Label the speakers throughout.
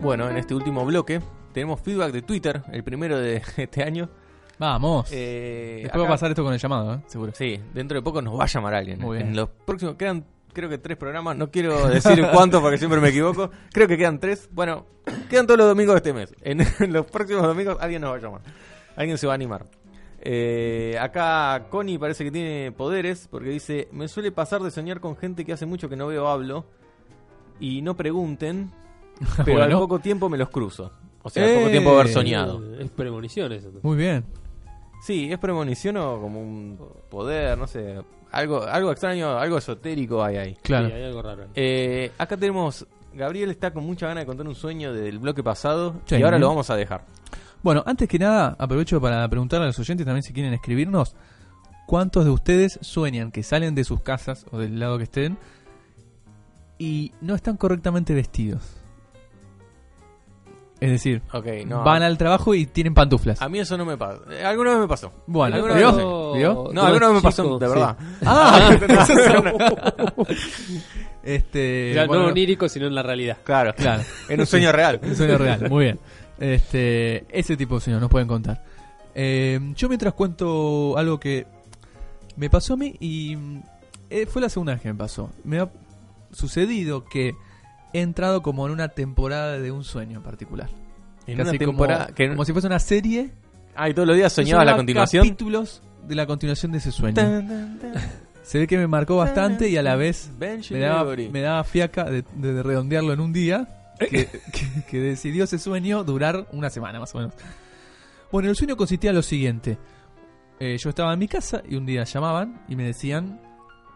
Speaker 1: Bueno, en este último bloque tenemos feedback de Twitter, el primero de este año.
Speaker 2: Vamos.
Speaker 1: Eh,
Speaker 2: Después va a
Speaker 1: acá-
Speaker 2: pasar esto con el llamado, ¿eh?
Speaker 1: Seguro. Sí, dentro de poco nos va a llamar alguien.
Speaker 2: Muy bien.
Speaker 1: En los próximos, quedan creo que tres programas, no quiero decir cuántos porque siempre me equivoco. Creo que quedan tres. Bueno, quedan todos los domingos de este mes. En, en los próximos domingos alguien nos va a llamar. Alguien se va a animar. Eh, acá Connie parece que tiene poderes porque dice, me suele pasar de soñar con gente que hace mucho que no veo hablo y no pregunten, pero
Speaker 2: Bueno.
Speaker 1: al poco tiempo me los cruzo. O sea, al
Speaker 2: Eh.
Speaker 1: poco tiempo de haber soñado.
Speaker 3: Es premonición eso.
Speaker 2: Muy bien.
Speaker 1: Sí, es premonición o como un poder, no sé. Algo, algo extraño, algo esotérico hay ahí.
Speaker 2: Claro.
Speaker 3: Sí, hay algo raro. ahí.
Speaker 1: Eh, acá tenemos. Gabriel está con mucha ganas de contar un sueño del bloque pasado
Speaker 2: Sí.
Speaker 1: y ahora lo vamos a dejar.
Speaker 2: Bueno, antes que nada, aprovecho para preguntarle a los oyentes también si quieren escribirnos. ¿Cuántos de ustedes sueñan que salen de sus casas o del lado que estén y no están correctamente vestidos? Es decir,
Speaker 1: Ok, Eh, no.
Speaker 2: van
Speaker 1: a...
Speaker 2: al trabajo y tienen pantuflas.
Speaker 1: mí eso no me pasa. Eh, alguna vez me pasó.
Speaker 2: Bueno,
Speaker 1: alguna
Speaker 2: ¿vio?
Speaker 1: vez me-
Speaker 2: ¿Vio?
Speaker 1: No, alguna vez me pasó,
Speaker 3: Chicos,
Speaker 1: de
Speaker 3: sí.
Speaker 1: verdad.
Speaker 2: Ah, este,
Speaker 3: Ya,
Speaker 2: bueno,
Speaker 3: no onírico, sino en la realidad.
Speaker 1: Claro,
Speaker 2: Claro.
Speaker 1: En un sueño real.
Speaker 2: Un sueño real, muy bien. Este, ese tipo de sueños nos pueden contar. Eh, yo mientras cuento algo que me pasó a mí y mm, eh, fue la segunda vez que me pasó. Me ha sucedido que he entrado como en una temporada de un sueño en particular.
Speaker 1: En
Speaker 2: Casi
Speaker 1: una temporada.
Speaker 2: como,
Speaker 1: que...
Speaker 2: como si fuese una serie.
Speaker 1: Ah, y todos los días soñaba la
Speaker 2: Sonaba
Speaker 1: continuación.
Speaker 2: Capítulos de la continuación de ese sueño.
Speaker 1: Tan, tan, tan.
Speaker 2: Se ve que me marcó bastante y a la vez
Speaker 1: Benji
Speaker 2: me daba,
Speaker 1: Gregory.
Speaker 2: me daba fiaca de, de- de redondearlo en un día
Speaker 1: ¿Eh?
Speaker 2: que, que- que decidió ese sueño durar una semana más o menos. Bueno, el sueño consistía en lo siguiente. Eh, yo estaba en mi casa y un día llamaban y me decían,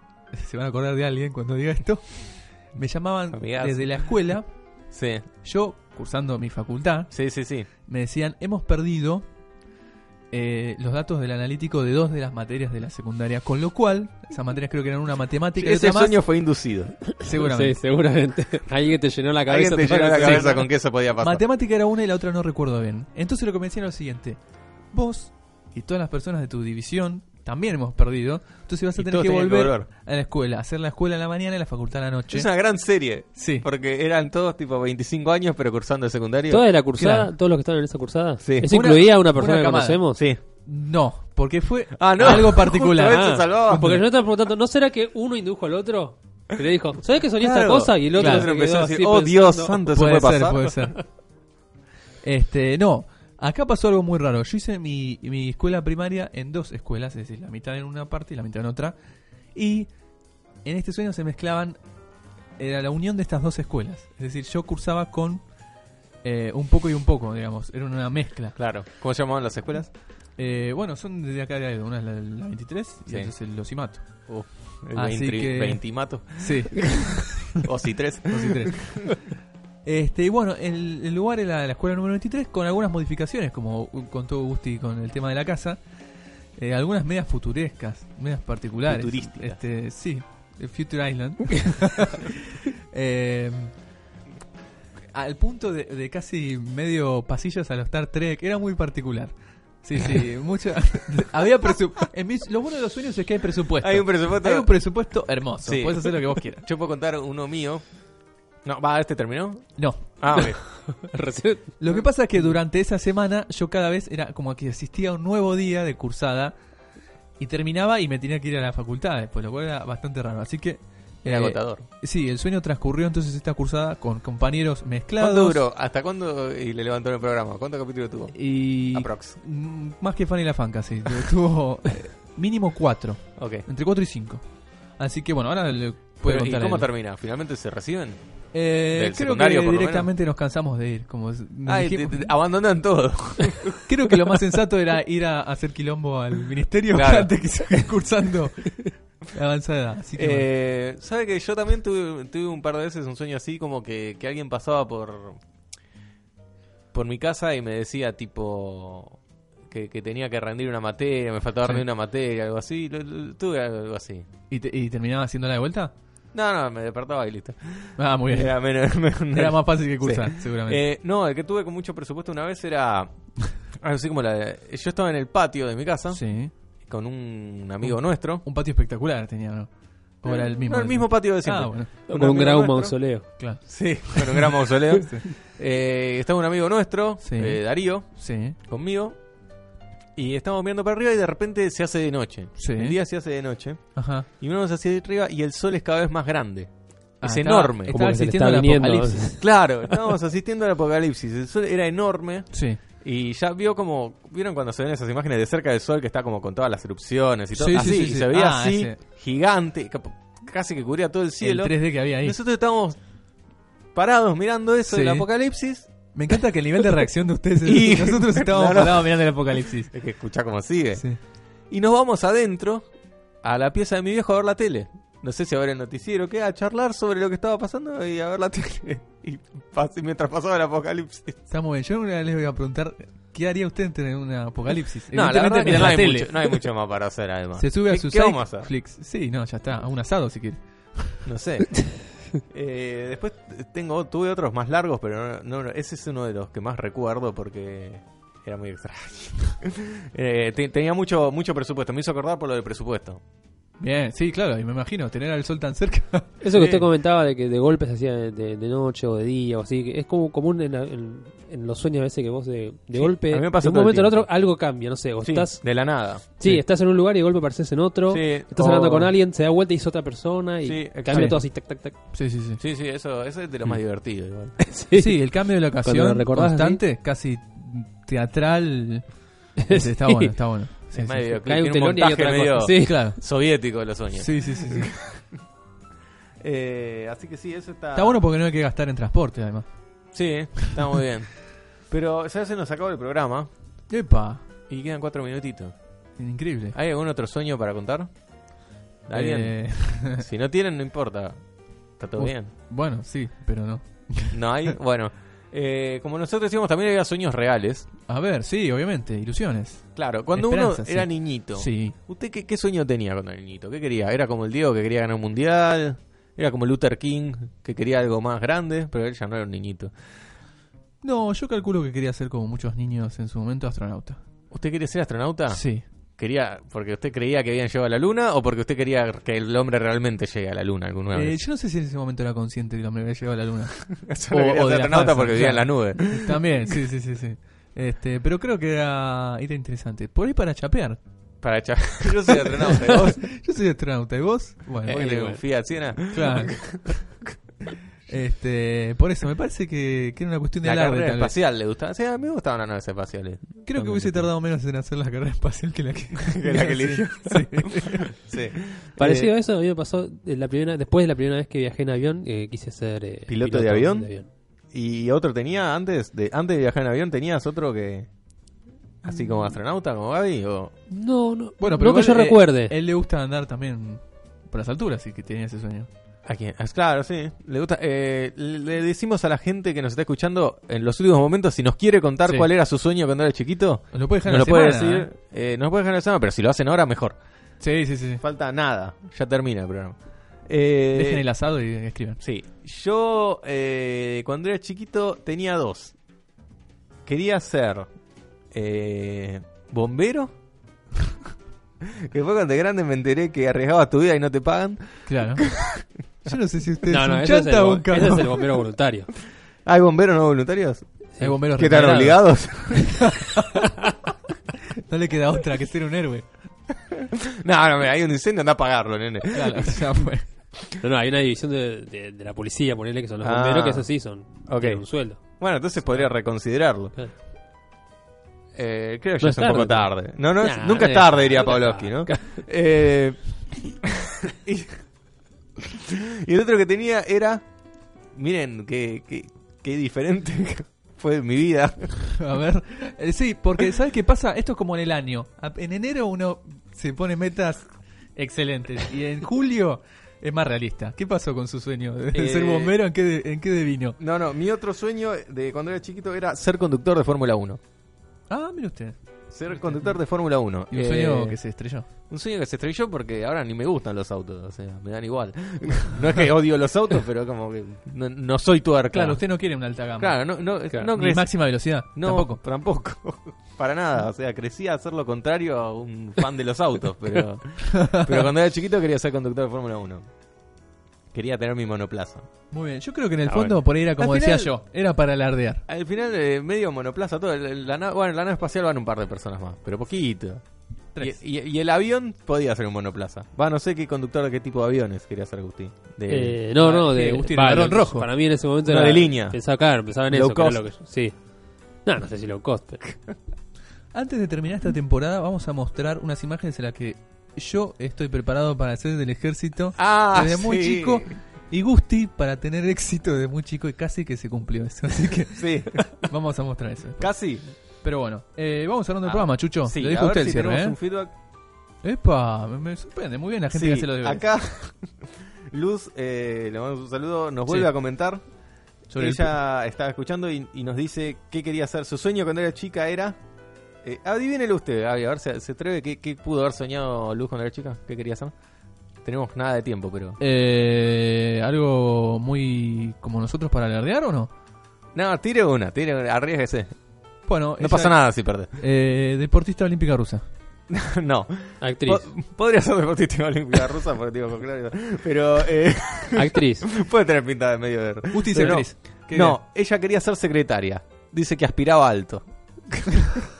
Speaker 2: se van a acordar de alguien cuando diga esto, me llamaban
Speaker 1: Amigazo.
Speaker 2: desde la escuela,
Speaker 1: Sí,
Speaker 2: yo cursando mi facultad,
Speaker 1: sí, sí, sí.
Speaker 2: me decían, hemos perdido eh, los datos del analítico de dos de las materias de la secundaria, con lo cual, esas materias creo que eran una matemática y
Speaker 1: Ese
Speaker 2: otra más,
Speaker 1: sueño fue inducido.
Speaker 2: seguramente.
Speaker 3: Sí, seguramente. Alguien te llenó la cabeza.
Speaker 1: Alguien te llenó la
Speaker 3: Sí.
Speaker 1: cabeza con que eso podía pasar.
Speaker 2: Matemática era una y la otra no recuerdo bien. Entonces lo que me decían era lo siguiente: vos y todas las personas de tu división también hemos perdido. Entonces vas a
Speaker 1: Y
Speaker 2: tener
Speaker 1: todos
Speaker 2: que
Speaker 1: tenían
Speaker 2: volver,
Speaker 1: que
Speaker 2: a la escuela, hacer la escuela en la mañana y la facultad en la noche.
Speaker 1: Es una gran serie.
Speaker 2: Sí.
Speaker 1: Porque eran todos tipo 25 años, pero cursando el secundario.
Speaker 3: ¿Toda de la cursada?
Speaker 2: Claro.
Speaker 3: ¿Todos los que estaban en esa cursada?
Speaker 1: Sí.
Speaker 3: ¿Eso
Speaker 2: Una-
Speaker 3: incluía a una persona
Speaker 2: una
Speaker 3: que
Speaker 2: camada.
Speaker 3: conocemos?
Speaker 1: Sí.
Speaker 2: No, porque fue
Speaker 1: Ah, no.
Speaker 2: algo particular.
Speaker 1: Justamente. Se salvaba.
Speaker 3: porque yo me estaba preguntando, ¿no será que uno indujo al otro? Que le dijo, ¿sabes que soñé esta
Speaker 1: Claro.
Speaker 3: cosa? Y el otro
Speaker 1: Claro.
Speaker 3: se quedó
Speaker 1: empezó a
Speaker 3: así
Speaker 1: decir, oh Dios
Speaker 3: pensando.
Speaker 1: santo,
Speaker 2: Ah,
Speaker 1: eso
Speaker 2: puede
Speaker 1: puede,
Speaker 2: ser,
Speaker 1: pasar.
Speaker 2: puede ser. Este, no. Acá pasó algo muy raro. Yo hice mi, mi escuela primaria en dos escuelas, es decir, la mitad en una parte y la mitad en otra. Y en este sueño se mezclaban. Era la unión de estas dos escuelas. Es decir, yo cursaba con eh, un poco y un poco, digamos. Era una mezcla.
Speaker 1: Claro. ¿Cómo se llamaban las escuelas?
Speaker 2: Eh, bueno, son de acá de Aedo. Una es la, la 23 y
Speaker 1: Sí.
Speaker 2: otra es el Osimato.
Speaker 1: El
Speaker 2: Así
Speaker 1: 20
Speaker 2: que-
Speaker 1: 20 mato.
Speaker 2: Sí.
Speaker 1: O si tres.
Speaker 2: Dos y tres. Este, y bueno, el, el lugar era la escuela número 23 con algunas modificaciones, como contó Gusti con el tema de la casa. Eh, algunas medias futurescas, medias particulares.
Speaker 1: Futurísticas.
Speaker 2: Este, sí, el Future Island. Eh, al punto de, de casi medio pasillos a los Star Trek, era muy particular. Sí, sí, mucho. había presupuesto. Lo bueno de los sueños es que hay presupuesto.
Speaker 1: Hay un presupuesto.
Speaker 2: Hay un presupuesto hermoso.
Speaker 1: Sí.
Speaker 2: Puedes hacer lo que vos quieras.
Speaker 1: Yo puedo contar uno mío. No, va, este terminó.
Speaker 2: No,
Speaker 1: Ah, ok.
Speaker 3: Recién-
Speaker 2: Lo que pasa es que durante esa semana yo cada vez era como que asistía a un nuevo día de cursada y terminaba y me tenía que ir a la facultad después, lo cual era bastante raro. Así que...
Speaker 1: era
Speaker 2: eh,
Speaker 1: agotador.
Speaker 2: Sí, el sueño transcurrió entonces esta cursada con compañeros mezclados.
Speaker 1: ¿Cuánto duró? ¿Hasta cuándo y le levantó el programa? ¿Cuántos capítulos tuvo?
Speaker 2: Eh, Y...
Speaker 1: Aprox.
Speaker 2: Mm, Más que Fanny la Fanca, sí. Tuvo eh, mínimo cuatro,
Speaker 1: Ok.
Speaker 2: entre cuatro y cinco. Así que bueno, ahora le
Speaker 1: Pero,
Speaker 2: puedo
Speaker 1: ¿Y
Speaker 2: contar.
Speaker 1: cómo
Speaker 2: él.
Speaker 1: termina? ¿Finalmente se reciben?
Speaker 2: Eh,
Speaker 1: del
Speaker 2: creo
Speaker 1: secundario,
Speaker 2: que
Speaker 1: por lo
Speaker 2: directamente nos cansamos de ir. Como nos
Speaker 1: Ay,
Speaker 2: dijimos-
Speaker 1: te- te- abandonan todo.
Speaker 2: Creo que lo más sensato era ir a hacer quilombo al ministerio
Speaker 1: Claro.
Speaker 2: antes que siga cursando la avanzada edad. Así que bueno.
Speaker 1: Eh, ¿Sabe que yo también tuve, tuve un par de veces un sueño así, como que, que alguien pasaba por por mi casa y me decía, tipo, que, que tenía que rendir una materia, me faltaba
Speaker 2: Sí.
Speaker 1: rendir una materia, algo así. Lo- lo- tuve algo así.
Speaker 2: ¿Y, te- y terminaba haciéndola de vuelta?
Speaker 1: No, no, me despertaba y listo.
Speaker 2: Ah, muy bien. Era,
Speaker 1: Era, menos- menos-
Speaker 2: más fácil que cursar,
Speaker 1: Sí.
Speaker 2: seguramente.
Speaker 1: Eh, no, el que tuve con mucho presupuesto una vez era. Algo así como la. de- yo estaba en el patio de mi casa
Speaker 2: sí.
Speaker 1: con un amigo nuestro.
Speaker 2: Un patio espectacular tenía, ¿no? ¿O era el mismo?
Speaker 1: No, el mismo patio de siempre.
Speaker 2: Ah, bueno,
Speaker 1: Un
Speaker 3: Con un
Speaker 1: amigo
Speaker 3: gran
Speaker 1: nuestro-
Speaker 3: mausoleo.
Speaker 2: claro.
Speaker 1: Sí, con un gran mausoleo. Eh, estaba un amigo nuestro,
Speaker 2: Sí.
Speaker 1: eh, Darío,
Speaker 2: Sí,
Speaker 1: conmigo. Y estamos mirando para arriba y de repente se hace de noche.
Speaker 2: Sí.
Speaker 1: El día se hace de noche.
Speaker 2: ajá.
Speaker 1: Y miramos hacia arriba y el sol es cada vez más grande.
Speaker 2: Ah,
Speaker 1: es
Speaker 2: estaba-
Speaker 1: enorme. Como-
Speaker 2: estaba
Speaker 3: Como que se le
Speaker 2: existiendo
Speaker 3: está
Speaker 2: el
Speaker 3: viniendo.
Speaker 2: apocalipsis.
Speaker 1: Claro, estábamos asistiendo al apocalipsis. El sol era enorme.
Speaker 2: Sí.
Speaker 1: Y ya vio como. ¿Vieron cuando se ven esas imágenes de cerca del sol que está como con todas las erupciones y todo?
Speaker 2: Sí, sí,
Speaker 1: así,
Speaker 2: sí,
Speaker 1: y
Speaker 2: sí.
Speaker 1: se veía
Speaker 2: Ah,
Speaker 1: así,
Speaker 2: ese.
Speaker 1: gigante, cap- casi que cubría todo el cielo.
Speaker 2: El 3D que había ahí.
Speaker 1: Nosotros estábamos parados mirando eso
Speaker 2: Sí.
Speaker 1: del apocalipsis.
Speaker 2: Me encanta que el nivel de reacción de ustedes. es-
Speaker 1: Y-
Speaker 2: nosotros estábamos
Speaker 1: Claro.
Speaker 2: parados mirando el apocalipsis.
Speaker 1: Es que escuchá cómo sigue.
Speaker 2: Sí.
Speaker 1: Y nos vamos adentro, a la pieza de mi viejo, a ver la tele. No sé si a ver el noticiero, qué, a charlar sobre lo que estaba pasando y a ver la tele. Y pas- mientras pasaba el apocalipsis.
Speaker 2: Está muy bien. Yo una vez les voy a preguntar: ¿qué haría usted ante un apocalipsis?
Speaker 1: No, la
Speaker 2: Evidentemente
Speaker 1: verdad que
Speaker 2: mirar
Speaker 1: no
Speaker 2: la
Speaker 1: hay,
Speaker 2: tele.
Speaker 1: mucho, no hay mucho más para hacer, además.
Speaker 2: Se sube a
Speaker 1: ¿Qué-
Speaker 2: su
Speaker 1: ¿Qué vamos a hacer?
Speaker 2: Netflix. Sí, no, ya está. A un asado si quiere.
Speaker 1: No sé. Eh, después tengo, tuve otros más largos, pero no, no, ese es uno de los que más recuerdo porque era muy extraño. Eh, te- tenía mucho, mucho presupuesto, me hizo acordar por lo del presupuesto.
Speaker 2: Bien, sí, claro. Y me imagino tener al sol tan cerca.
Speaker 1: Sí.
Speaker 3: Eso que usted comentaba de que de golpes hacía de, de noche o de día o así, que es como común en, la- en- en los sueños a veces que vos de, de golpe,
Speaker 1: a mí me
Speaker 3: de
Speaker 1: pasa
Speaker 3: un
Speaker 1: todo el
Speaker 3: momento al
Speaker 1: tiempo.
Speaker 3: otro algo cambia, no sé, o
Speaker 1: Sí,
Speaker 3: estás,
Speaker 1: de la nada.
Speaker 3: sí, estás en un lugar y de golpe apareces en otro,
Speaker 1: Sí, Oh.
Speaker 3: estás
Speaker 1: o-
Speaker 3: hablando con alguien, se da vuelta y es otra persona y
Speaker 1: Sí, exacto.
Speaker 3: cambia todo así, tac, tac, tac.
Speaker 2: Sí, sí, sí.
Speaker 1: Sí, sí, eso, eso es de lo
Speaker 3: Mm.
Speaker 1: más divertido igual.
Speaker 2: Sí, el cambio de la
Speaker 3: Cuando lo
Speaker 2: ocasión
Speaker 3: recordás
Speaker 2: constante, casi teatral. Ese está
Speaker 3: Sí.
Speaker 2: bueno, está bueno. Sí,
Speaker 1: Es
Speaker 2: sí,
Speaker 1: más
Speaker 2: sí.
Speaker 1: de videoclip,
Speaker 3: Cae un
Speaker 1: tiene un
Speaker 3: telón y hay
Speaker 1: montaje
Speaker 3: otra
Speaker 1: medio
Speaker 3: cosa. Sí.
Speaker 2: Claro.
Speaker 1: soviético de los sueños.
Speaker 2: Sí, sí, sí, sí.
Speaker 1: Eh, así que sí, eso está...
Speaker 2: Está bueno porque no hay que gastar en transporte, además.
Speaker 1: Sí, está muy bien. Pero ya se nos acabó el programa
Speaker 2: Epa,
Speaker 1: y quedan cuatro minutitos.
Speaker 2: increíble.
Speaker 1: ¿Hay algún otro sueño para contar? ¿Alguien?
Speaker 2: Eh,
Speaker 1: Si no tienen, no importa. Está todo
Speaker 2: Uf.
Speaker 1: bien.
Speaker 2: bueno, sí, pero no.
Speaker 1: No hay. Bueno, eh, como nosotros decíamos, también había sueños reales.
Speaker 2: A ver, sí, obviamente, ilusiones.
Speaker 1: Claro, cuando
Speaker 2: Esperanza,
Speaker 1: uno
Speaker 2: sí.
Speaker 1: era niñito,
Speaker 2: Sí.
Speaker 1: ¿usted qué, qué sueño tenía cuando era niñito? ¿Qué quería? ¿Era como el Diego que quería ganar un mundial? ¿Era como Luther King que quería algo más grande? Pero él ya no era un niñito.
Speaker 2: No, yo calculo que quería ser como muchos niños en su momento astronauta.
Speaker 1: ¿Usted quería ser astronauta?
Speaker 2: Sí.
Speaker 1: ¿Quería porque usted creía que habían llegado a la luna o porque usted quería que el hombre realmente llegue a la luna alguna
Speaker 2: Eh,
Speaker 1: vez?
Speaker 2: yo no sé si en ese momento era consciente que el hombre había llegado a la luna.
Speaker 1: Solo quería ser
Speaker 2: o de la
Speaker 1: astronauta
Speaker 2: NASA,
Speaker 1: porque vivía en la
Speaker 2: claro.
Speaker 1: nube.
Speaker 2: También, sí, sí, sí, sí. Este, pero creo que era, era interesante. Por ahí para chapear.
Speaker 1: Para echar. Yo soy astronauta. ¿y ¿Vos?
Speaker 2: Yo soy astronauta, ¿y vos? Bueno,
Speaker 1: Eh,
Speaker 2: voy
Speaker 1: le
Speaker 2: igual.
Speaker 1: confía a Siena.
Speaker 2: Claro. este, por eso, me parece que, que era una cuestión de
Speaker 1: La
Speaker 2: alarde.
Speaker 1: carrera
Speaker 2: tal vez.
Speaker 1: espacial le gustaba. Sí, a mí me gustaban las naves espaciales.
Speaker 2: Creo que hubiese tardado menos en hacer la carrera espacial que la que,
Speaker 1: Que la que eligió.
Speaker 2: Sí.
Speaker 1: Sí.
Speaker 3: Parecido
Speaker 1: Eh,
Speaker 3: a eso, a mí me pasó en la primera, después de la primera vez que viajé en avión, eh, quise ser eh,
Speaker 1: ¿Piloto de avión? ¿Y otro tenía antes de antes de viajar en avión? ¿Tenías otro que. Así como astronauta, como Gaby? O...
Speaker 3: No, no,
Speaker 2: Bueno, pero
Speaker 3: no que
Speaker 2: igual,
Speaker 3: yo
Speaker 2: eh,
Speaker 3: recuerde.
Speaker 2: él le gusta andar también por las alturas, así que tenía ese sueño.
Speaker 1: ¿A quién? Ah, Claro, sí. Le, gusta, eh, le decimos a la gente que nos está escuchando en los últimos momentos si nos quiere contar
Speaker 2: Sí.
Speaker 1: cuál era su sueño cuando era chiquito.
Speaker 2: Nos lo puede dejar
Speaker 1: Nos
Speaker 2: en
Speaker 1: lo
Speaker 2: la
Speaker 1: puede
Speaker 2: semana,
Speaker 1: decir. eh, nos lo puede dejar en la semana, pero si lo hacen ahora, mejor.
Speaker 2: ¿eh? Sí, sí, sí. sí.
Speaker 1: Falta nada. Ya termina el programa. Eh,
Speaker 2: Dejen el asado y escriban.
Speaker 1: Sí, yo eh, cuando era chiquito tenía dos. Quería ser eh, bombero. que fue cuando de grande me enteré que arriesgabas tu vida y no te pagan.
Speaker 2: Claro. Yo no sé si usted
Speaker 3: No,
Speaker 2: es
Speaker 3: no,
Speaker 2: un
Speaker 3: ese es, el,
Speaker 2: chanta o
Speaker 3: bo-
Speaker 2: un cabrón.
Speaker 3: ese es el bombero voluntario.
Speaker 1: ¿Hay bomberos no voluntarios?
Speaker 2: Hay bomberos
Speaker 1: ¿Qué están
Speaker 2: retirados.
Speaker 1: obligados?
Speaker 2: No le queda otra que ser un héroe.
Speaker 1: no, no, mira, hay un incendio, anda a pagarlo, nene.
Speaker 2: Claro, ya fue.
Speaker 3: No, no, hay una división de, de- de la policía, ponerle que son los
Speaker 1: Ah.
Speaker 3: bomberos, que eso sí son.
Speaker 1: Ok.
Speaker 3: tienen un sueldo.
Speaker 1: Bueno, entonces podría reconsiderarlo.
Speaker 3: Claro.
Speaker 1: Eh, creo que
Speaker 3: No
Speaker 1: ya
Speaker 3: es
Speaker 1: es un poco
Speaker 3: tarde.
Speaker 1: tarde. No, no, es-
Speaker 3: Nah,
Speaker 1: nunca es
Speaker 3: eh,
Speaker 1: tarde, diría
Speaker 3: nunca es
Speaker 1: Pavlovsky, ¿no?
Speaker 3: tarde.
Speaker 1: Eh, y, y el otro que tenía era. Miren, qué, qué, qué diferente fue mi vida.
Speaker 2: A ver, eh, sí, porque ¿sabes qué pasa? Esto es como en el año. A- En enero uno se pone metas excelentes y en julio es más realista. ¿Qué pasó con su sueño de
Speaker 1: Eh,
Speaker 2: ser bombero? ¿En qué, de- ¿En qué devino?
Speaker 1: No, no, mi otro sueño de cuando era chiquito era ser conductor de Fórmula 1.
Speaker 2: Ah, mire usted.
Speaker 1: Ser conductor de Fórmula 1.
Speaker 2: Y un
Speaker 1: Eh,
Speaker 2: sueño que se estrelló.
Speaker 1: Un sueño que se estrelló porque ahora ni me gustan los autos, o sea, me dan igual. No es que odio los autos, pero como que no, no soy tuerca.
Speaker 2: Claro, usted no quiere una alta gama.
Speaker 1: Claro, no, no,
Speaker 3: Claro.
Speaker 1: no
Speaker 2: Ni
Speaker 1: crecí-
Speaker 2: máxima velocidad.
Speaker 1: No,
Speaker 2: Tampoco.
Speaker 1: Tampoco. Para nada. O sea, crecí a hacer lo contrario a un fan de los autos. Pero, pero cuando era chiquito quería ser conductor de Fórmula 1. quería tener mi monoplaza.
Speaker 2: Muy bien, yo creo que en el
Speaker 1: Ah,
Speaker 2: fondo
Speaker 1: bueno.
Speaker 2: por ahí era como
Speaker 1: Al
Speaker 2: decía
Speaker 1: final-
Speaker 2: yo, era para alardear.
Speaker 1: Al final, eh, medio monoplaza, todo. el- el- La, na- bueno, en la nave espacial van un par de personas más, pero poquito.
Speaker 2: Tres.
Speaker 1: Y, y- y el avión podía ser un monoplaza. Va, no sé qué conductor de qué tipo de aviones quería ser Agustín. De,
Speaker 3: Eh, no,
Speaker 2: ah,
Speaker 3: no,
Speaker 2: sí,
Speaker 3: de
Speaker 2: Agustín,
Speaker 3: va,
Speaker 2: Barón
Speaker 3: lo-
Speaker 2: Rojo.
Speaker 3: Para mí en ese momento
Speaker 1: No,
Speaker 3: era
Speaker 1: de línea.
Speaker 3: Pensaba, claro, pensaba en
Speaker 1: Low
Speaker 3: eso. que era
Speaker 1: cost.
Speaker 3: lo que- sí. No, no sé si low cost. pero-
Speaker 2: Antes de terminar esta temporada vamos a mostrar unas imágenes en las que yo estoy preparado para ser del ejército
Speaker 1: Ah,
Speaker 2: desde muy
Speaker 1: sí.
Speaker 2: chico y Gusti para tener éxito desde muy chico y casi que se cumplió eso. Así que
Speaker 1: Sí,
Speaker 2: vamos a mostrar eso.
Speaker 1: casi.
Speaker 2: Pero bueno, eh, vamos cerrando el
Speaker 1: Ah,
Speaker 2: programa, Chucho.
Speaker 1: Sí,
Speaker 2: Le
Speaker 1: a
Speaker 2: dejo a usted
Speaker 1: ver
Speaker 2: el
Speaker 1: si
Speaker 2: cierre,
Speaker 1: tenemos
Speaker 2: ¿eh?
Speaker 1: un feedback.
Speaker 2: Epa, me, me sorprende. Muy bien la gente
Speaker 1: Sí,
Speaker 2: que hace los deberes.
Speaker 1: acá Luz, eh, le mandamos un saludo, nos vuelve
Speaker 2: Sí.
Speaker 1: a comentar.
Speaker 2: Sobre el-
Speaker 1: Ella estaba escuchando y, y nos dice qué quería hacer. Su sueño cuando era chica era... Eh, adivínelo usted, Gaby, a ver, ¿se, se atreve? ¿Qué, qué pudo haber soñado Luz cuando era chica? ¿Qué quería hacer? Tenemos nada de tiempo, pero...
Speaker 2: Eh, algo muy como nosotros para alardear o no?
Speaker 1: No, tire una, tire una, arriesguese.
Speaker 2: Bueno,
Speaker 1: No pasa nada si perdés.
Speaker 2: Eh, deportista olímpica rusa.
Speaker 1: no.
Speaker 3: Actriz.
Speaker 1: Po- podría ser deportista olímpica rusa, pero digo, con claridad. Pero eh,
Speaker 3: Actriz.
Speaker 1: puede tener pinta de medio de...
Speaker 2: Justicia,
Speaker 1: Pero no.
Speaker 2: Cris. ¿Qué
Speaker 1: No, ella quería ser secretaria. Dice que aspiraba alto.
Speaker 2: dirás?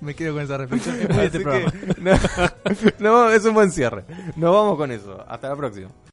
Speaker 2: Me quedo con esa reflexión. Es muy de
Speaker 1: Así
Speaker 2: este
Speaker 1: que,
Speaker 2: programa.
Speaker 1: no, no, es un buen cierre. Nos vamos con eso. Hasta la próxima.